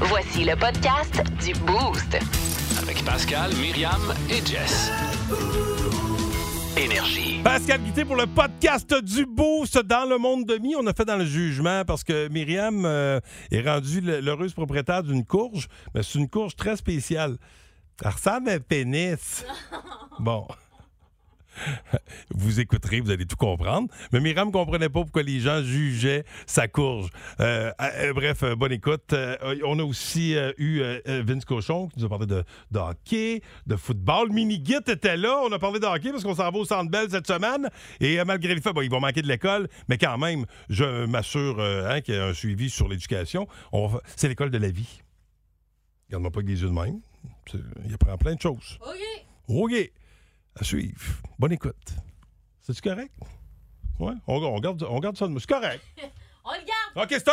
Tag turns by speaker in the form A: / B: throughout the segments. A: Voici le podcast du Boost.
B: Avec Pascal, Myriam et Jess. Énergie.
C: Pascal Guité pour le podcast du Boost dans le monde demi. On a fait dans le jugement parce que Myriam euh, est rendue le- l'heureuse propriétaire d'une courge, mais c'est une courge très spéciale. Elle ressemble à un pénis. Bon. Vous écouterez, vous allez tout comprendre. Mais Myriam ne comprenait pas pourquoi les gens jugeaient sa courge. Euh, euh, bref, euh, bonne écoute. Euh, on a aussi euh, eu euh, euh, Vince Cochon qui nous a parlé de, de hockey, de football. Minigit était là. On a parlé de hockey parce qu'on s'en va au Centre Bell cette semaine. Et euh, malgré le fait, bon, ils vont manquer de l'école, mais quand même, je m'assure euh, hein, qu'il y a un suivi sur l'éducation. On va fa- C'est l'école de la vie. Regarde-moi pas avec des yeux de même. C'est- Il apprend plein de choses. OK. À suivre. Bonne écoute. C'est-tu correct? Ouais, on, on garde, on garde ça de C'est correct.
D: On le garde.
C: OK, c'est un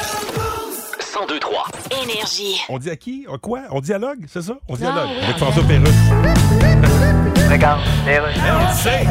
C: rap!
B: 1023.
E: Énergie.
C: On dit à qui? À quoi? On dialogue, c'est ça? On
D: Ah,
C: dialogue.
D: oui,
C: Avec
D: on
C: François Pérusse. Eh,
F: Regarde,
C: On le sait!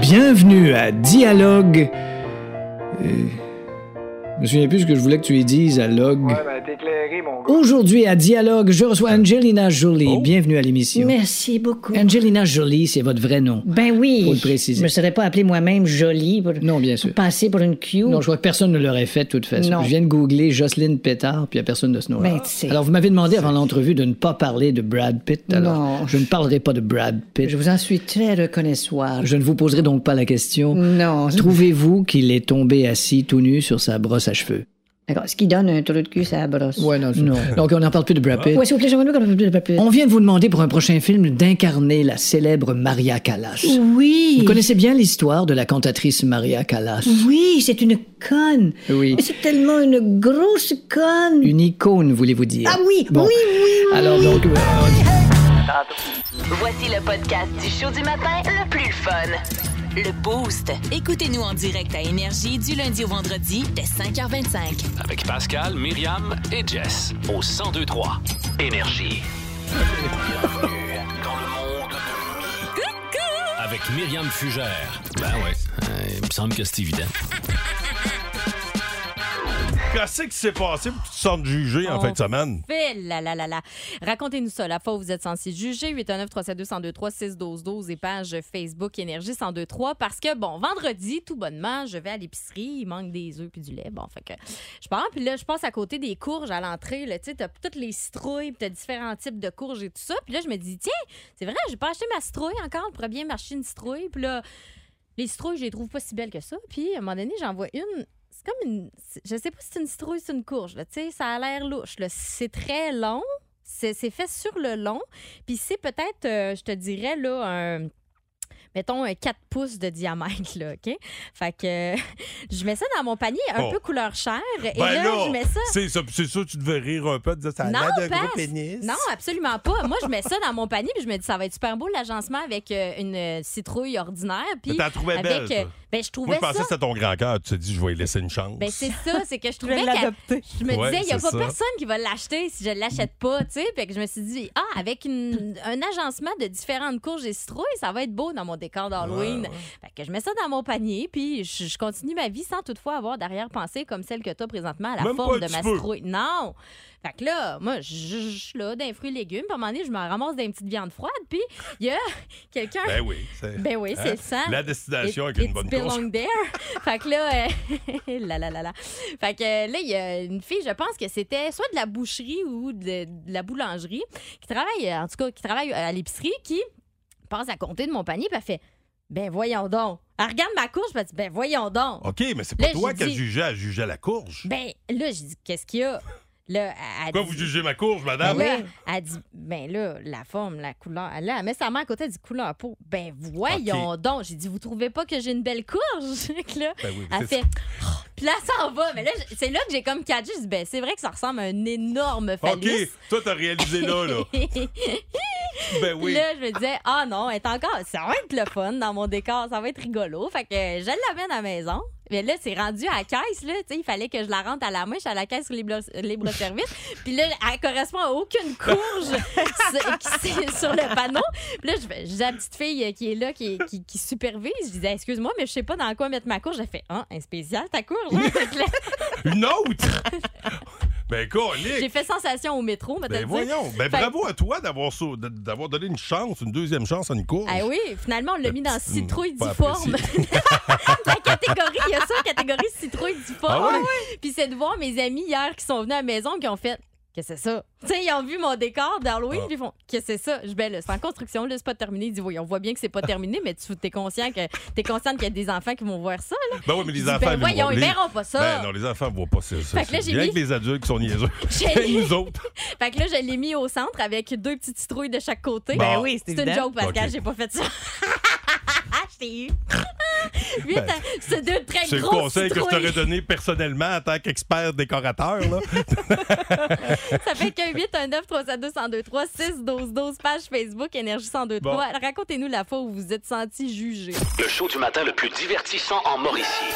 G: Bienvenue à Dialogue. Euh, je me souviens plus ce que je voulais que tu y dises à Log.
F: Ouais, ben, t'es éclairé, mon gars.
G: Aujourd'hui à Dialogue, je reçois Angelina Jolie.
C: Oh.
G: Bienvenue à l'émission.
H: Merci beaucoup.
G: Angelina Jolie, c'est votre vrai nom.
H: Euh, Ben oui.
G: Faut le préciser.
H: Je me serais pas appelé moi-même jolie pour
G: Non, bien sûr.
H: passer pour une Q.
G: Non, je crois que personne ne l'aurait fait de toute façon.
H: Non.
G: Je viens de googler Jocelyne Pétard, puis il n'y a personne de ce nom-là.
H: Ben, tu sais.
G: Alors, vous m'avez demandé avant l'entrevue de ne pas parler de Brad Pitt. Alors,
H: Non.
G: je ne parlerai pas de Brad Pitt.
H: Je vous en suis très reconnaissable.
G: Je ne vous poserai donc pas la question.
H: Non.
G: Trouvez-vous qu'il est tombé assis tout nu sur sa brosse à cheveux?
H: D'accord. Ce qui donne un trou de cul, ça brosse.
G: Ouais, non, c'est- Donc, on n'en parle plus de Brad Pitt.
H: Ouais, s'il vous plaît, j'aimerais mieux qu'on ne parle plus de papier.
G: On vient de vous demander pour un prochain film d'incarner la célèbre Maria Callas.
H: Oui.
G: Vous connaissez bien l'histoire de la cantatrice Maria Callas.
I: Mhm.
H: Oui, c'est une conne.
G: Oui.
H: Mais c'est tellement une grosse conne.
G: Une icône, voulez-vous dire.
H: Ah oui,
G: Bon.
H: oui, oui, oui.
G: Alors donc, euh,
A: Voici le podcast du show du matin le plus fun. Le Boost.
J: Écoutez-nous en direct à Énergie du lundi au vendredi dès 5h25.
B: Avec Pascal, Myriam et Jess. Au 1023. Énergie. Bienvenue dans le monde de Avec Myriam Fugère. Ben ouais. il me semble que c'est évident.
C: Qu'est-ce qui s'est passé pour que tu te sentes jugé en
D: Oh.
C: fin de semaine?
D: Fait la la la la. Racontez-nous ça. La fois où vous êtes censé juger, 819 372 1023 6 12 12 et page Facebook Énergie 1023 parce que bon, vendredi, tout bonnement, je vais à l'épicerie, il manque des œufs puis du lait. Bon, fait que je pars puis là je passe à côté des courges à l'entrée, là, tu sais, t'as toutes les citrouilles, puis t'as différents types de courges et tout ça. Puis là je me dis tiens, c'est vrai, j'ai pas acheté ma citrouille encore, on pourrait bien marcher une citrouille. Puis là les citrouilles, je les trouve pas si belles que ça. Puis à un moment donné, j'en vois une. C'est comme une. c'est- Je sais pas si c'est une citrouille, c'est une courge. là. Tu sais, ça a l'air louche. là. C'est très long. C'est c'est fait sur le long. Puis c'est peut-être, euh, je te dirais, là, un. Mettons un 4 pouces de diamètre, là, OK? Fait que euh, je mets ça dans mon panier, un
C: Oh.
D: peu couleur chair.
C: Ben
D: et là,
C: là,
D: je mets ça.
C: C'est ça, c'est sûr, tu devais rire un peu, te dire ça a
D: Non,
C: l'air d'un
D: Pass.
C: gros pénis.
D: Non, absolument pas. Moi, je mets ça dans mon panier, puis je me dis, ça va être super beau l'agencement avec euh, une euh, citrouille ordinaire.
C: Mais
D: Puis
C: t'as trouvé belle,
D: avec.
C: toi.
D: euh, ben, je
C: Moi,
D: trouvais
C: je pensais
D: ça.
C: que c'était ton grand cœur. Tu t'es dit, je vais lui laisser une chance.
D: Ben c'est ça, c'est que je trouvais que je me
C: Ouais,
D: disais il y a
C: c'est
D: pas
C: ça.
D: personne qui va l'acheter si je l'achète pas, tu sais, Fait que je me suis dit ah avec une- un agencement de différentes courges et citrouilles, ça va être beau dans mon décor d'Halloween.
C: Ah,
D: Fait que je mets ça dans mon panier puis je, je continue ma vie sans toutefois avoir d'arrière-pensée comme celle que tu as présentement à la
C: Même pas un
D: forme de
C: petit
D: ma
C: peu.
D: citrouille. Non. Fait que là, moi je je- je suis là d'un fruit et légumes, puis à un moment donné, je me ramasse d'une petite viande froide puis il y a quelqu'un
C: Ben oui. c'est-
D: Ben oui, c'est
C: hein,
D: ça.
C: La destination
D: It-
C: avec une
D: it
C: bonne course.
D: belong there. fait que là, euh, la la la la. Fait que euh, là, il y a une fille, je pense que c'était soit de la boucherie ou de, de la boulangerie, qui travaille, euh, en tout cas, qui travaille à l'épicerie, qui passe à compter de mon panier, puis elle fait Ben voyons donc. Elle regarde ma courge, puis elle dit Ben voyons donc.
C: Ah. OK, mais c'est pas
D: Là,
C: toi
D: j'ai
C: qui as
D: dit-
C: jugé, elle jugeait la courge.
D: Ben là, j'ai dit Qu'est-ce qu'il y a Là, elle- elle
C: Pourquoi
D: dit-
C: vous jugez ma courge, madame?
D: Là, elle dit, ben là, la forme, la couleur. Elle, elle met sa main à côté, elle dit couleur peau. Ben voyons donc. J'ai dit, vous trouvez pas que j'ai une belle courge? Fait que là,
C: Ben oui,
D: elle
C: c'est
D: fait, Oh! puis là, ça en va. Mais là, j- c'est là que j'ai comme catché. Je dis, ben c'est vrai que ça ressemble à un énorme
C: OK,
D: phallus.
C: toi, t'as réalisé là, là. Ben
D: Puis
C: oui.
D: là, je me disais, ah non, elle est encore, ça va être le fun dans mon décor, ça va être rigolo. Fait que euh, je l'amène à la maison. Mais là, c'est rendu à la caisse, là. Tu sais, il fallait que je la rentre à la main. Je suis à la caisse libre- libre-service. Puis là, elle correspond à aucune courge sur- qui s'est- sur le panneau. Puis là, je fais- j'ai la petite fille euh, qui est là, qui, qui, qui supervise. Je disais, excuse-moi, mais je sais pas dans quoi mettre ma courge. Elle fait, ah, un spécial, ta courge. hein? Fait que là,
C: Une autre? ben, colique.
D: J'ai fait sensation au métro, mais
C: Ben voyons. Ben bravo à toi d'avoir sau- d- d'avoir donné une chance, une deuxième chance à une courge.
D: Ah oui, finalement, on l'a mis dans citrouille
C: pas
D: difforme. la catégorie, il y a ça, la catégorie citrouille difforme.
C: Ah oui?
D: Puis c'est de voir mes amis hier qui sont venus à la maison qui ont fait. Qu'est-ce que c'est ça? Tu sais, ils ont vu mon décor d'Halloween,
C: Ah.
D: puis ils font Qu'est-ce que c'est ça? Je ben là, c'est en construction, là, c'est pas terminé. Ils disent Oui, on voit bien que c'est pas terminé, mais tu es conscient que t'es consciente qu'il y a des enfants qui vont voir ça, là.
C: Ben oui, mais
D: Je
C: les
D: dis,
C: enfants.
D: ben
C: ils
D: voyons,
C: voient-
D: ils
C: les-
D: verront pas ça.
C: Ben non, les enfants voient pas ça. ça
D: Fait que là,
C: c'est
D: j'ai
C: bien
D: mis-
C: que les adultes qui sont niaiseux.
D: J'ai-
C: nous autres.
D: Fait que là, je l'ai mis au centre avec deux petites citrouilles de chaque côté.
C: Ben Bon. oui, c'est
D: C'est une
C: évident.
D: joke, Pascal,
C: Ok.
D: j'ai pas fait ça. je t'ai eu. Huit
C: Ben,
D: ans, c'est deux très
C: C'est le
D: grosses
C: conseil que je t'aurais
D: citrouilles.
C: donné personnellement en tant qu'expert décorateur. Là.
D: Ça fait que 8, 1, 9, 3, 7, 2, 102, 3, 6, 12, 12, page Facebook, Énergie 102,
K: Bon.
D: 3. Racontez-nous la fois où vous vous êtes senti jugé.
K: Le show du matin le plus divertissant en Mauricie.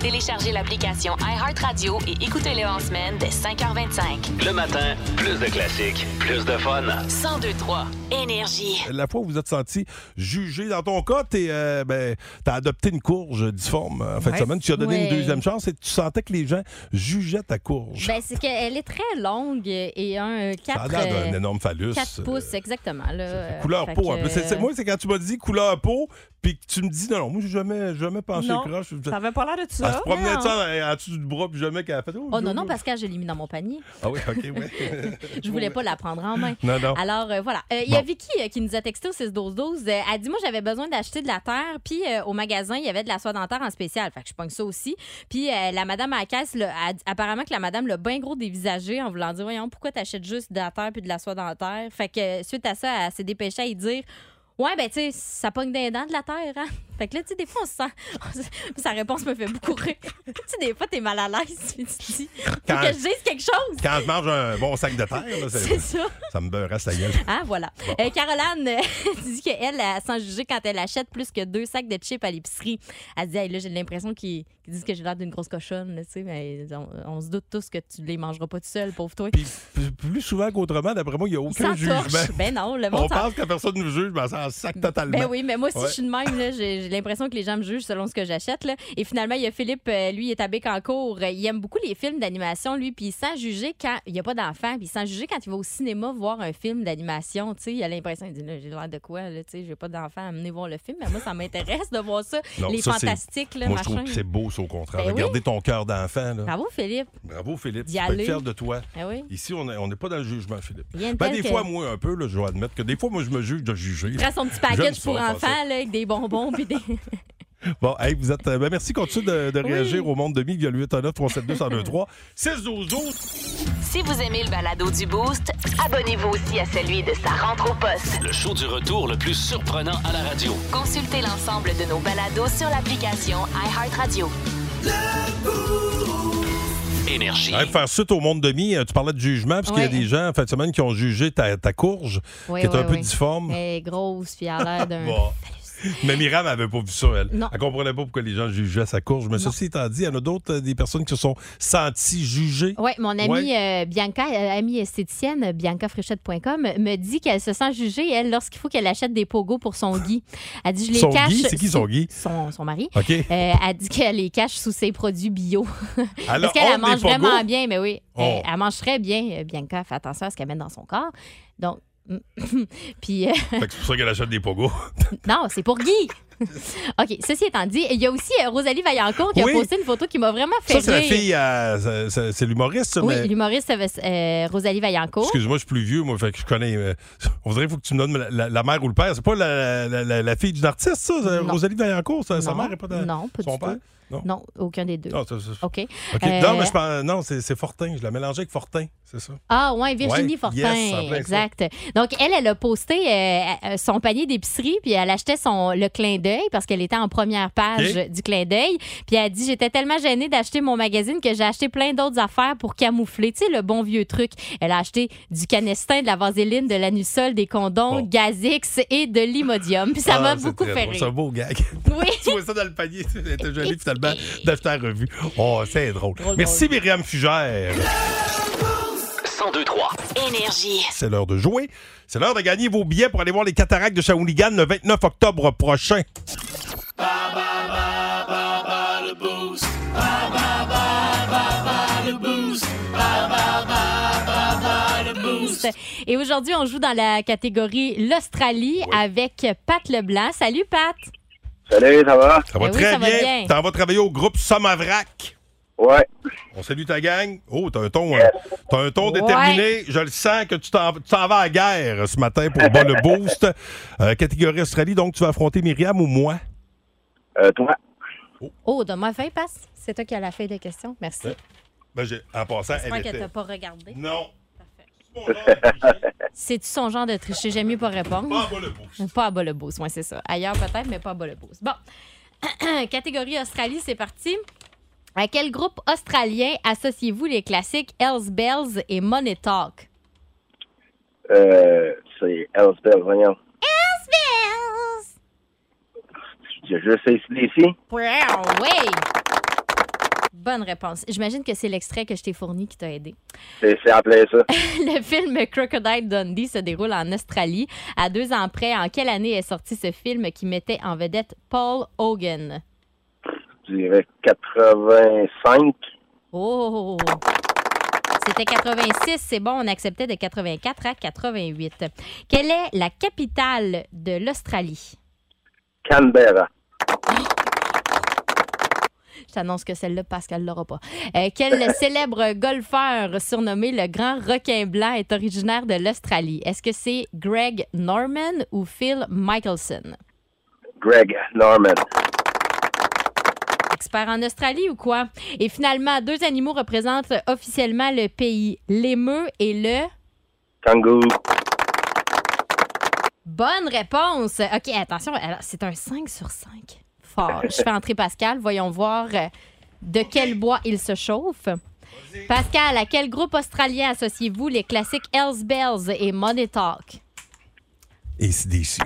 J: Téléchargez l'application iHeartRadio et écoutez-le en semaine dès 5h25.
K: Le matin, plus de classiques, plus de fun.
J: 1023 Énergie.
C: La fois où vous êtes senti jugé, dans ton cas, tu ben, as adopté une courge difforme euh, en fin de
D: Ouais.
C: semaine. Tu lui as donné
D: Ouais.
C: une deuxième chance et tu sentais que les gens jugeaient ta courge.
D: Ben, c'est qu'elle est très longue et un euh,
C: Ça a
D: 4,
C: l'air d'un énorme phallus.
D: pouces, exactement. Là,
C: Couleur
D: Fait
C: peau. en
D: que-
C: plus. C'est- c'est- moi, c'est quand tu m'as dit couleur peau, puis que tu me dis non, non, moi, j'ai jamais, j'ai jamais pensé
D: Non,
C: croche.
D: ça avait pas l'air de ça.
C: Elle se promenait
D: Non.
C: ça en, en dessous du bras, puis jamais qu'elle a fait.
D: Oh non, non, Pascal, je l'ai mis dans mon panier.
C: Ah oui, ok, ouais.
D: Je voulais pas la prendre en main.
C: Non, non.
D: Alors, euh, voilà. Euh, Il y a Vicky euh, qui nous a texté au 6-12-12. Euh, elle dit Moi, j'avais besoin d'acheter de la terre. Puis, euh, au magasin, il y avait de la soie dentaire en spécial. Fait que je pogne ça aussi. Puis, euh, la madame à la caisse, là, elle dit- apparemment que la madame l'a bien gros dévisagé en voulant dire Voyons, pourquoi t'achètes juste de la terre puis de la soie dentaire Fait que, euh, suite à ça, elle s'est dépêchée à y dire. Ouais, ben, tu sais, ça pogne des dents de la terre, hein? Fait que là, tu sais, des fois, on se sent. Sa réponse me fait beaucoup rire. tu sais, des fois, t'es mal à l'aise, puis tu te dis. Faut
C: Quand-
D: que je dise quelque chose.
C: Quand je mange un bon sac de terre, là,
D: C'est ça.
C: Ça me beurre la gueule.
D: Ah, voilà. Euh, Caroline euh, dit qu'elle, elle, sans juger, quand elle achète plus que deux sacs de chips à l'épicerie, elle dit Hey, là, j'ai l'impression qu'ils qu'ils disent que j'ai l'air d'une grosse cochonne, là, tu sais, mais on, on se doute tous que tu les mangeras pas tout seul, pauvre toi.
C: P- Plus souvent qu'autrement, d'après moi, il n'y a aucun
D: Ils
C: jugement.
D: s'entorchent. Ben non, le monde
C: On
D: s'en-
C: pense que la personne nous juge, mais ça en sac totalement.
D: Ben oui, mais moi aussi,
C: Ouais.
D: je suis de même. là. J'ai j'ai l'impression que les gens me jugent selon ce que j'achète. là. Et finalement, il y a Philippe, euh, lui, il est à Bécancour. Euh, Il aime beaucoup les films d'animation, lui, puis sans juger quand il n'y a pas d'enfant, puis sans juger quand il va au cinéma voir un film d'animation. Tu sais, il a l'impression, il dit, là, j'ai l'air de quoi, là, tu sais, j'ai pas d'enfant, amenez voir le film. Mais moi, ça m'intéresse de voir ça.
C: Non,
D: les
C: ça, c'est-
D: fantastiques, là,
C: Moi, je
D: machin.
C: trouve que c'est beau, c'est au contraire.
D: Ben oui.
C: Regardez ton cœur d'enfant. là.
D: Bravo, Philippe.
C: Bravo, Philippe.
D: D'y
C: Je peux être
D: aller.
C: fier de toi.
D: Ah oui.
C: Ici, on est- on n'est pas dans le jugement, Philippe.
D: Rien de
C: Ben,
D: tel
C: des
D: que- Ah,
C: fois, moi, un peu, là, je dois admettre que des fois, moi, je me juge de juger.
D: Il prend son petit
C: J'aime
D: package
C: ça,
D: pour
C: faire ça.
D: enfants, là, avec des bonbons, puis des.
C: Bon, hey, vous êtes. euh, ben, merci, continue de, de réagir au monde de mi via le 819 372 1023 16 12 12
J: Si vous aimez le balado du Boost, abonnez-vous aussi à celui de sa rentre au poste.
B: Le show du retour le plus surprenant à la radio.
J: Consultez l'ensemble de nos balados sur l'application iHeartRadio.
B: Énergie.
C: Hey, faire suite au monde de mi, euh, tu parlais de jugement, parce qu'il y a
D: Ouais.
C: des gens en fin de semaine qui ont jugé ta, ta courge,
D: Oui,
C: qui est un
D: oui,
C: peu
D: oui.
C: difforme.
D: Elle est grosse, puis elle a l'air d'un.
C: Bon. Mais Miram avait pas vu ça, elle.
D: Non.
C: Elle comprenait pas pourquoi les gens jugeaient sa courge. Mais ceci étant dit, il y en a d'autres, euh, des personnes qui se sont senties jugées.
D: Oui, mon amie
C: Ouais.
D: euh, Bianca, euh, amie esthéticienne, euh, biancafrichette.com, me dit qu'elle se sent jugée, elle, lorsqu'il faut qu'elle achète des pogos pour son Guy. Elle dit, je les
C: Son
D: cache.
C: Guy, c'est qui son Guy?
D: Son, son mari.
C: OK.
D: Euh, elle dit qu'elle les cache sous ses produits bio.
C: Alors,
D: Parce qu'elle elle
C: honte des
D: mange vraiment
C: pogos.
D: bien, mais oui.
C: Oh.
D: Elle, elle mange très bien, euh, Bianca. Fait attention à ce qu'elle met dans son corps. Donc, puis, euh,
C: Fait que C'est pour ça qu'elle achète des pogos.
D: non, c'est pour Guy. OK, ceci étant dit, il y a aussi euh, Rosalie Vaillancourt qui
C: Oui.
D: a posté une photo qui m'a vraiment fait
C: Ça, c'est la
D: rire.
C: fille, à- c'est- c'est c'est l'humoriste, ça,
D: Oui,
C: mais.
D: l'humoriste euh, Rosalie Vaillancourt.
C: Excuse-moi, je suis plus vieux, moi, fait que je connais. euh, on dirait qu'il faut que tu me donnes la, la- la mère ou le père. C'est pas la, la- la- la fille d'une artiste, ça, euh,
D: Non.
C: Rosalie Vaillancourt, ça, sa
D: Non,
C: mère n'est pas de
D: non, pas
C: son
D: du
C: père.
D: tout. Non, aucun des deux.
C: Ah, ça, ça, ça.
D: OK.
C: OK.
D: Euh,
C: Non, mais je pense. Non, c'est c'est Fortin. Je la mélangeais avec Fortin, c'est ça.
D: Ah ouais, Virginie
C: Ouais,
D: Fortin,
C: yes, ça plaît, ça.
D: exact. Donc elle, elle a posté euh, euh, son panier d'épicerie puis elle achetait son le clin d'œil parce qu'elle était en première page
L: Ok.
D: du clin d'œil. Puis elle a dit j'étais tellement gênée d'acheter mon magazine que j'ai acheté plein d'autres affaires pour camoufler, tu sais le bon vieux truc. Elle a acheté du canestin, de la vaseline, de l'anusol, des condoms, Gazix et de l'imodium. Puis ça
C: Ah,
D: m'a
C: c'est
D: beaucoup
C: très
D: fait
C: drôle.
D: rire.
C: C'est un beau gag.
D: Oui.
C: tu vois ça dans le panier, c'était joli finalement d'acheter la revue. Oh, c'est drôle.
K: Drôle,
C: Merci Myriam Fugère.
K: 1023.
J: Énergie.
C: C'est l'heure de jouer. C'est l'heure de gagner vos billets pour aller voir les cataractes de Shawinigan le 29 octobre prochain.
D: Et aujourd'hui, on joue dans la catégorie l'Australie avec Pat Leblanc. Salut Pat.
M: Salut, ça va?
C: Ça va
D: Ben oui,
C: très
D: ça va
C: bien.
D: bien.
C: T'en vas travailler au groupe Somavrac.
M: Ouais.
C: On salue ta gang. Oh, t'as un ton, euh, t'as un ton
M: Ouais.
C: déterminé. Je le sens que tu t'en, tu t'en vas à la guerre ce matin pour bas le boost. Euh, catégorie Australie, donc tu vas affronter Myriam ou moi?
M: Euh, toi.
D: Oh, donne-moi feuille, passe. C'est toi qui as la feuille de questions. Merci.
C: Ben, j'ai, en passant, elle
D: J'espère que
C: était-
D: t'as pas regardé.
C: Non.
D: C'est-tu son genre de tricher? J'aime mieux pas répondre. Pas à bas le boost. Pas à bas le boost, oui, c'est ça. Ailleurs peut-être, mais pas à bas le boost. Bon. Catégorie Australie, c'est parti. À quel groupe australien associez-vous les classiques Hells Bells et Money Talk?
M: Euh, c'est Elspeth, voyons.
D: Hells Bells!
M: Je, je sais c'est ici.
D: Oui! Bonne réponse. J'imagine que c'est l'extrait que je t'ai fourni qui t'a aidé.
M: C'est c'est appelé ça.
D: Le film Crocodile Dundee se déroule en Australie. À deux ans près, en quelle année est sorti ce film qui mettait en vedette Paul Hogan?
M: Je dirais 85.
D: Oh! C'était 86, c'est bon, on acceptait de 84 à 88. Quelle est la capitale de l'Australie?
M: Canberra.
D: Je t'annonce que celle-là, Pascal l'aura pas. Euh, quel célèbre golfeur surnommé le grand requin blanc est originaire de l'Australie? Est-ce que c'est Greg Norman ou Phil Michelson?
M: Greg Norman.
D: Expert en Australie ou quoi? Et finalement, deux animaux représentent officiellement le pays, l'émeu et le...
M: Kangaroo.
D: Bonne réponse! OK, attention, alors, c'est un 5 sur 5. Fort. Je fais entrer Pascal. Voyons voir euh, de quel bois il se chauffe. Pascal, à quel groupe australien associez-vous les classiques Hells Bells et Money Talk?
C: Et c'est d'ici.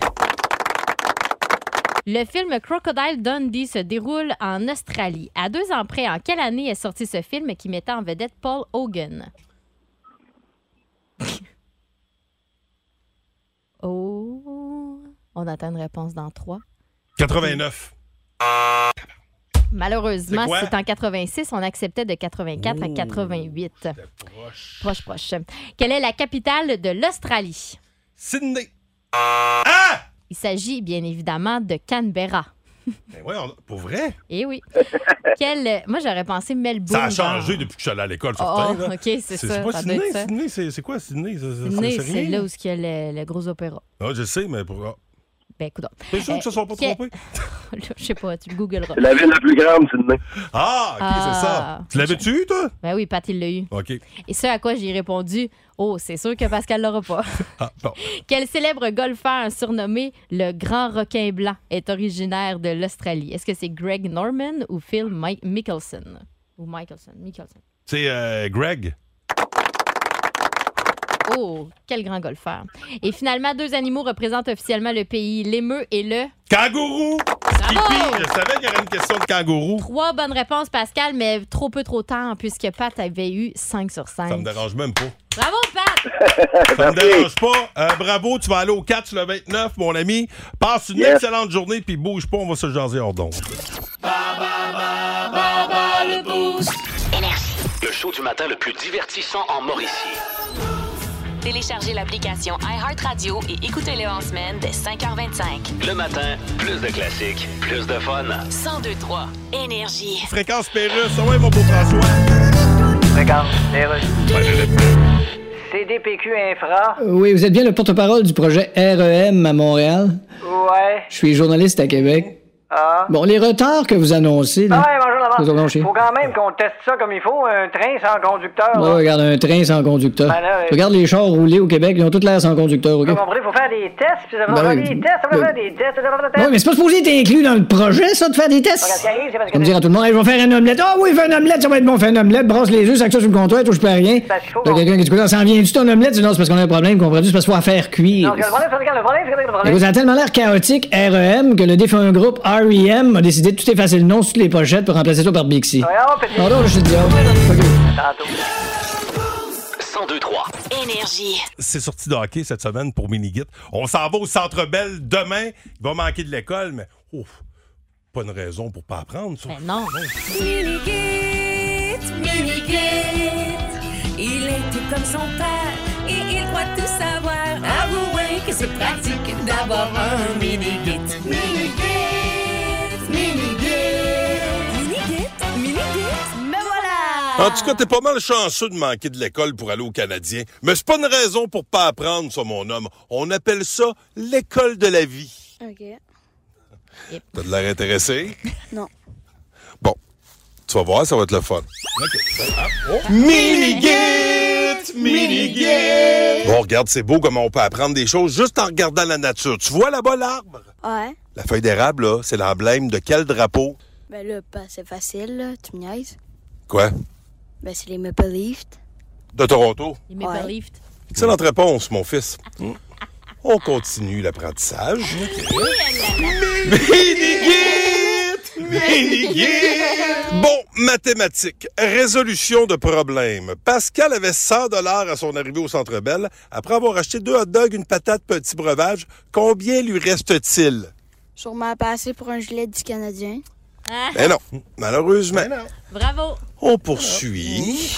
D: Le film Crocodile Dundee se déroule en Australie. À deux ans près, en quelle année est sorti ce film qui mettait en vedette Paul Hogan? oh, on attend une réponse dans trois.
C: 89.
D: Malheureusement,
C: C'est quoi?
D: c'est en 86. On acceptait de 84 à 88.
C: Proche.
D: Proche, proche. Quelle est la capitale de l'Australie?
C: Sydney.
D: Il s'agit bien évidemment de Canberra.
C: Ben ouais, on- pour vrai.
D: Eh oui. Quel, moi, j'aurais pensé Melbourne.
C: Ça a
D: genre.
C: changé depuis que je suis allé à l'école,
D: Oh,
C: Fortin. là.
D: OK, c'est ça,
C: C'est pas
D: ça doit
C: Sydney,
D: être ça.
C: Sydney, c'est c'est quoi Sydney? Ça- ça- ça-
D: Sydney,
C: rien.
D: c'est là où il y a le, le gros opéra.
C: Ah, je sais, mais pour. ah.
D: Ben, écoute.
C: T'es sûr que ça soit pas trompé?
D: Je sais pas, tu le googleras.
M: C'est la ville la plus grande, Sydney.
C: Ah, OK, c'est
D: Ah.
C: ça. Tu l'avais-tu, eu, toi?
D: Ben oui, Pat, il l'a eu.
C: OK.
D: Et ce à quoi j'ai répondu, oh, c'est sûr que Pascal l'aura pas.
C: Ah, bon.
D: Quel célèbre golfeur surnommé le Grand Requin Blanc est originaire de l'Australie? Est-ce que c'est Greg Norman ou Phil Mi- Mickelson? Ou Michelson, Mickelson.
C: C'est euh, Greg.
D: Oh, quel grand golfeur. Et finalement, deux animaux représentent officiellement le pays, l'émeu et le...
C: Kangourou!
D: Oh!
C: Skippy! Je savais qu'il y aurait une question de kangourou.
D: Trois bonnes réponses, Pascal, mais trop peu trop tard, puisque Pat avait eu 5 sur 5.
C: Ça me dérange même pas.
D: Bravo, Pat!
C: Ça me dérange pas. Euh, bravo, tu vas aller au 4 le 29, mon ami. Passe une excellente journée, puis bouge pas, on va se jaser hors d'onde.
K: le Énergie. Le show du matin le plus divertissant en Mauricie.
J: Téléchargez l'application iHeartRadio et écoutez-le en semaine dès 5h25.
K: Le matin, plus de classiques, plus de fun.
J: 1023 Énergie.
C: Fréquence Pérusse, ouais, mon beau François.
F: Regarde, CDPQ Infra.
G: Oui, vous êtes bien le porte-parole du projet REM à Montréal?
F: Ouais.
G: Je suis journaliste à Québec.
F: Ah.
G: Bon, les retards que vous annoncez, là.
F: Ah ouais, bonjour
G: Nous
F: l'avant.
G: allons chez-
F: Faut quand même qu'on teste ça comme il faut, un train sans conducteur.
G: Ouais,
F: là.
G: regarde, un train sans conducteur.
F: Ben là, ouais.
G: Regarde les chars roulés au Québec, ils ont toutes l'air sans conducteur, OK?
I: Ah
F: Vous comprenez, faut faire des tests, puis ça va
G: Ben
F: faire
G: oui.
F: des tests, ça va faire des tests, ça va faire des
G: Oui,
F: tests.
G: mais c'est pas supposé être inclus dans le projet, ça, de faire des
F: Regarde, ce
G: tests?
F: qui arrive, c'est parce que
G: Comme dire à tout le monde, Hey, je vais faire une omelette. Ah oui, fais une omelette, ça va être bon, fais une omelette, brasse les œufs, sac ça sur le comptoir, touche pas à rien. T'as quelqu'un qui dit, Coudonc, ça en vient-tu ton omelette? Je dis, Non, c'est parce qu'on a un problème, comprends-tu? C'est parce qu'il faut la faire cuire.
F: Non, regarde, le problème, c'est regarde, le problème, c'est regarde, le
G: Et
F: problème.
G: vous avez tellement l'air chaotique, REM, que le défunt groupe REM a décidé de tout effacer le nom sur toutes les pochettes pour remplacer ça par Bixi.
F: Voyons, petit-
G: Pardon, je hein. suis le diable.
F: Tantôt.
K: 1023.
J: Énergie.
C: C'est sorti de hockey cette semaine pour Minigit. On s'en va au Centre Belle demain. Il va manquer de l'école, mais ouf, pas une raison pour pas apprendre. ça.
D: Ben non.
L: Minigit, Minigit, il est tout comme son père et il croit tout savoir. Avouez que c'est pratique d'avoir un Minigit. Minigit, Minigit, Minigit, Minigit, me Ben voilà!
N: Ah!
C: En tout cas, t'es pas mal chanceux de manquer de l'école pour aller au Canadien. Mais c'est pas une raison pour pas apprendre, ça, mon homme. On appelle ça l'école de la vie.
N: OK.
C: T'as de l'air intéressé?
N: Non.
C: Bon. Tu vas voir, ça va être le fun.
O: Minigit, minigit.
C: Bon, regarde, c'est beau comment on peut apprendre des choses juste en regardant la nature. Tu vois là-bas l'arbre?
N: Ouais.
C: La feuille d'érable, là, c'est l'emblème de quel drapeau?
N: Ben là, pas c'est facile, là. Tu me niaises.
C: Quoi?
N: Ben c'est les Maple Leafs.
C: De Toronto.
N: Les
D: Maple
N: Leafs.
C: Excellente réponse, mon fils. On continue l'apprentissage. Minigit! Bon, mathématiques, résolution de problème. Pascal avait 100 dollars à son arrivée au Centre Bell. Après avoir acheté deux hot dogs, une patate, petit breuvage, combien lui reste-t-il?
N: Sûrement passé pour un gilet du Canadien.
C: Ben non, malheureusement.
D: Bravo.
C: On poursuit.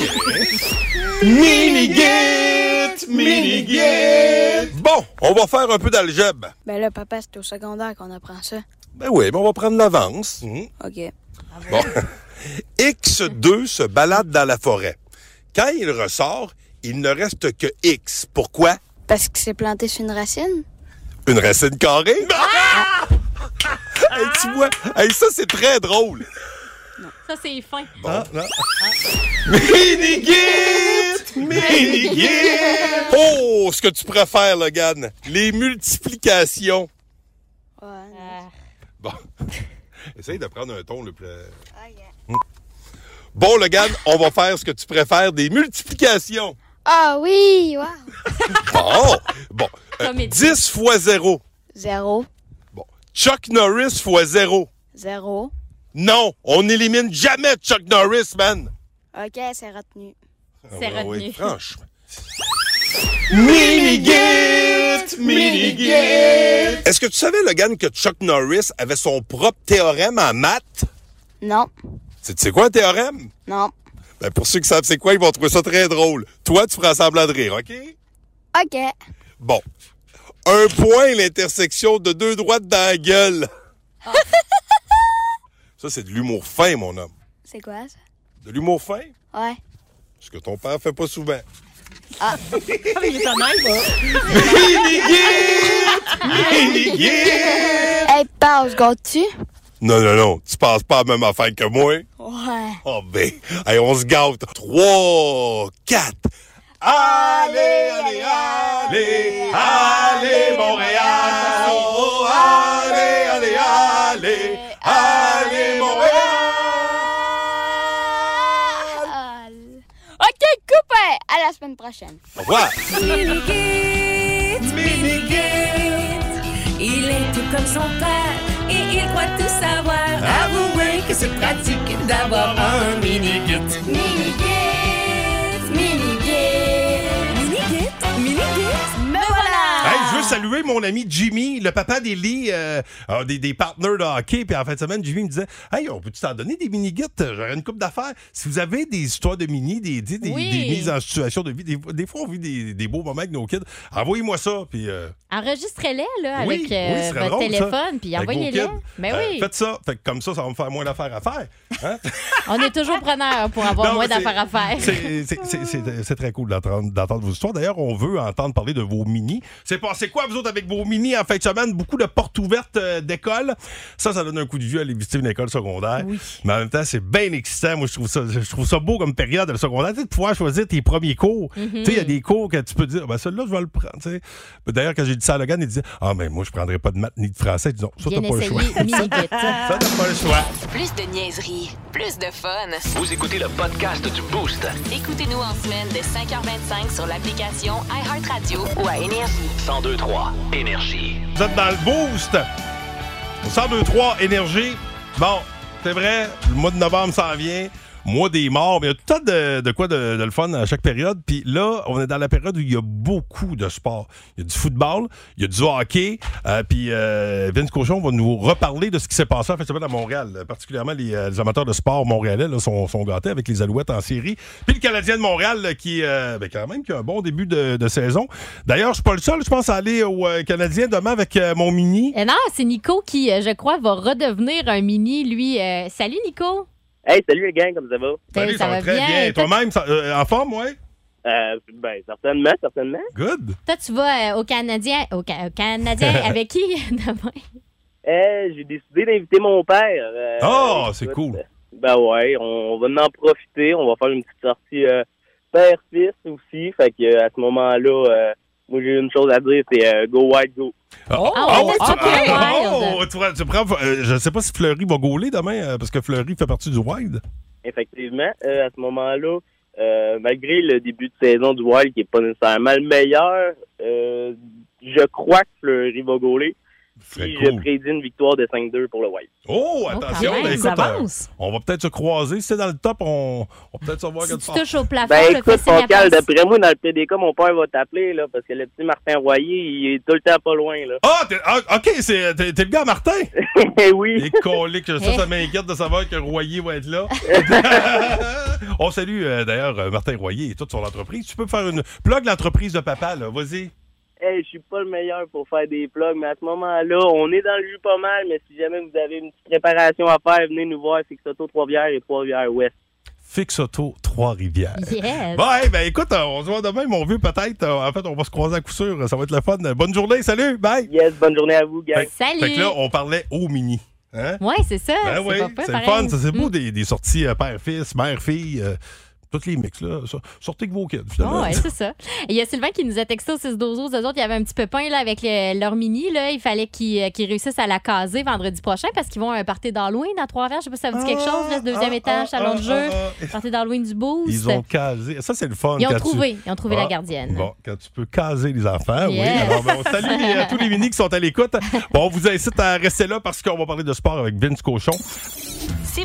O: Minigit, minigit.
C: Bon, on va faire un peu d'algèbre.
N: Ben là, papa, c'est au secondaire qu'on apprend ça.
C: Ben oui, mais on va prendre l'avance. Hmm.
N: OK.
C: Bon. X2 se balade dans la forêt. Quand il ressort, il ne reste que X. Pourquoi?
N: Parce qu'il s'est planté sur une racine? Ah!
C: Une racine carrée? Hey, tu vois? Hey, ça, c'est très drôle.
D: Ça, c'est fin.
C: Ah Minigit! Minigit! Oh, ce que tu préfères, Logan. Les multiplications. Bon. Essaye de prendre un ton le plus...
N: Ah,
C: Hmm. Bon, Logan, on va faire ce que tu préfères, des multiplications.
N: Ah oui! Wow!
C: Bon, bon. Euh, 10 fois 0.
N: Zéro.
C: Chuck Norris fois 0.
N: Zéro.
C: Non, on n'élimine jamais Chuck Norris, man.
N: OK, c'est retenu.
C: Ah ouais, ouais, franchement.
O: Minigit, minigit.
C: Est-ce que tu savais, Logan, que Chuck Norris avait son propre théorème en maths?
N: Non.
C: C'est tu sais quoi un théorème?
N: Non.
C: Ben, pour ceux qui savent c'est quoi, ils vont trouver ça très drôle. Toi, tu feras semblant de rire, OK?
N: OK.
C: Bon. Un point, l'intersection de deux droites dans la gueule. ça, c'est de l'humour fin, mon homme.
N: C'est quoi ça?
C: De l'humour fin?
N: Ouais.
C: Ce que ton père fait pas souvent.
N: Ah!
O: il est hein.
N: Hey, pause, garde-tu?
C: Non, non, non. Tu passes pas à la même affaire que moi.
N: Ouais.
C: Oh, ben. Hey, on se gâte. Trois, quatre. Allez, allez, allez, allez, Montréal. Oh, allez, allez, allez, allez,
N: OK, coupé! À la semaine prochaine.
C: Au revoir.
L: Minigit, Minigit, il est tout comme son père et il croit tout savoir. Avouez que c'est pratique d'avoir un Minigit. Minigit, Minigit, Minigit, Minigit, me voilà!
D: Ah!
C: Hey, je veux saluer mon ami Jimmy, le papa d'Élie, euh, euh, des, des partenaires de hockey. Puis en fin de semaine, Jimmy me disait Hey, on peut-tu t'en donner des mini-guides J'aurais une coupe d'affaires. Si vous avez des histoires de mini, des, des, des-
D: Oui.
C: des mises en situation de vie, des, des fois, on vit des, des beaux moments avec nos kids. Envoyez-moi ça. Puis. euh,
D: Enregistrez-les là,
C: oui,
D: avec
C: oui,
D: euh,
C: ce serait
D: votre
C: drôle, ça.
D: téléphone, puis
C: Avec vos
D: envoyez-les.
C: kids.
D: Mais
C: Euh,
D: Ben oui,
C: Faites ça. Fait que comme ça, ça va me faire moins d'affaires à faire. Hein?
D: on est toujours preneur pour avoir
C: Non,
D: moins
C: mais c'est-
D: d'affaires à faire.
C: C'est- c'est- c'est- C'est c'est très cool d'entendre d'entendre vos histoires. D'ailleurs, on veut entendre parler de vos mini. C'est passé quoi, vous autres, avec vos mini en fin de semaine? Beaucoup de portes ouvertes euh, d'école. Ça, ça donne un coup de vieux à aller visiter une école secondaire. Mais en même temps, c'est bien excitant. Moi, je trouve ça, je trouve ça beau comme période, le secondaire. Tu sais, de pouvoir choisir tes premiers cours.
J: Mm-hmm.
P: Mhm.
C: Tu sais, il y a des cours que tu peux dire, ben, celui-là, je vais le prendre. tu sais. D'ailleurs, quand j'ai dit ça à Logan, il disait, ah, mais moi, je prendrais pas de maths ni de français. Disons, ça, t'as
J: Bien
C: pas le
J: essayé,
C: choix.
J: mini-guide.
C: Ça, t'as pas le choix.
J: Plus de niaiserie, plus de fun.
K: Vous écoutez le podcast du Boost.
J: Écoutez-nous en semaine de 5h25 sur l'application iHeartRadio ou à Énergie.
K: 1023 Énergie.
C: Vous êtes dans le boost. Au 102-3 énergie. Bon, c'est vrai, le mois de novembre s'en vient. Mois des morts, mais il y a tout un de, de quoi de, de le fun à chaque période. Puis là, on est dans la période où il y a beaucoup de sports. Il y a du football, il y a du hockey. euh, puis euh, Vince Cochon va nous reparler de ce qui s'est passé en fait à Montréal. Euh, Particulièrement les, euh, les amateurs de sport montréalais là, sont, sont gâtés avec les Alouettes en série. Puis le Canadien de Montréal là, qui, euh, ben, quand même, qui a un bon début de, de saison. D'ailleurs, je suis pas le seul, je pense, à aller au euh, Canadien demain avec euh, mon mini.
D: Et non, c'est Nico qui, euh, je crois, va redevenir un mini, lui. Euh, salut, Nico.
Q: Hey, salut les gang, comme Eh, ça va?
C: Ben,
D: Salut, ça ça va va très bien. bien. Et toi-
C: Toi-même, ça- euh, en forme, ouais?
Q: Euh, ben, certainement, certainement.
C: Good.
D: Toi, tu vas euh, au Canadien, au, Ca- au Canadien avec qui demain?
Q: Euh, j'ai décidé d'inviter mon père. euh,
C: Ah,
Q: écoute,
C: c'est cool.
Q: euh, Ben ouais, on va en profiter. On va faire une petite sortie euh, père-fils aussi. Fait que euh, à ce moment-là, euh, moi j'ai une chose à dire, c'est euh, go white, go.
C: Oh,
Q: ouais,
C: tu,
Q: c'est pas
C: ah,
Q: wild.
C: oh, tu prends- tu prends- euh, je sais pas si Fleury va gauler demain, euh, parce que Fleury fait partie du Wild.
Q: Effectivement, euh, à ce moment-là, euh, malgré le début de saison du Wild qui est pas nécessairement le meilleur, euh, je crois que Fleury va gauler.
C: Puis
Q: je prédis une victoire de 5-2 pour le Wild.
C: Oh, attention, ben,
Q: quand même,
C: écoute,
Q: ça
C: euh,
Q: avance.
C: on va peut-être se croiser. Si c'est dans le top, on, on va peut-être se voir quelque part.
Q: Ben écoute, Pascal, d'après moi, dans le PDK, mon père va t'appeler, là, parce que le petit Martin Royer, il est tout le temps pas loin, là.
C: Ah, t'es- ah, OK, c'est, t'es, t'es le gars Martin?
Q: Eh oui.
C: Les coliques, ça,
Q: Eh.
C: ça m'inquiète de savoir que Royer va être là. On salue euh, d'ailleurs euh, Martin Royer et toute son entreprise. Tu peux faire une plug l'entreprise de papa, là. Vas-y.
Q: Hey, je suis pas le meilleur pour faire des plugs, mais à ce moment-là, on est dans le jus pas mal, mais si jamais vous avez une petite réparation à faire, venez nous voir, c'est que Trois-Rivières et Trois-Rivières-Ouest.
C: Fix Auto Trois-Rivières.
Q: Yes.
C: Ouais, ben écoute, euh, on se voit demain, mon vieux, peut-être. Euh, En fait, on va se croiser à coup sûr. Ça va être le fun. Euh, Bonne journée, salut, bye.
Q: Yes, bonne journée à vous,
C: gars.
D: Salut.
C: Fait que là, on parlait au mini. Hein?
D: Ouais, c'est ça.
C: Ben
D: c'est
C: oui,
D: pas pire,
C: c'est le fun,
D: pareil.
C: ça, c'est beau
D: Mm.
C: des, des sorties euh, père-fils, mère-fille, euh, tous les mix, là. So- Sortez que vos kids, finalement.
D: Oh, ouais, c'est ça. Et Il y a Sylvain qui nous a texté au 6 12 12. Eux autres, il y avait un petit pépin là, avec le- leur mini. Là. Il fallait qu'ils euh, qu'ils réussissent à la caser vendredi prochain parce qu'ils vont à un party d'Halloween à Trois-Rivières. Je sais pas si ça vous dit quelque
L: Ah,
D: chose. Là, ce deuxième
L: ah,
D: étage,
L: ah,
D: salon de
L: ah,
D: jeu. Party d'Halloween du Boost.
C: Ils ont casé. Ça, c'est le fun.
D: Ils ont
C: quand
D: trouvé.
C: tu- Ah,
D: Ils ont trouvé la gardienne.
C: Bon, quand tu peux caser les enfants, oui.
D: Yes.
C: Alors, ben, on salue les- tous les minis qui sont à l'écoute. Bon, on vous incite à rester là parce qu'on va parler de sport avec Vince Cochon.
J: Si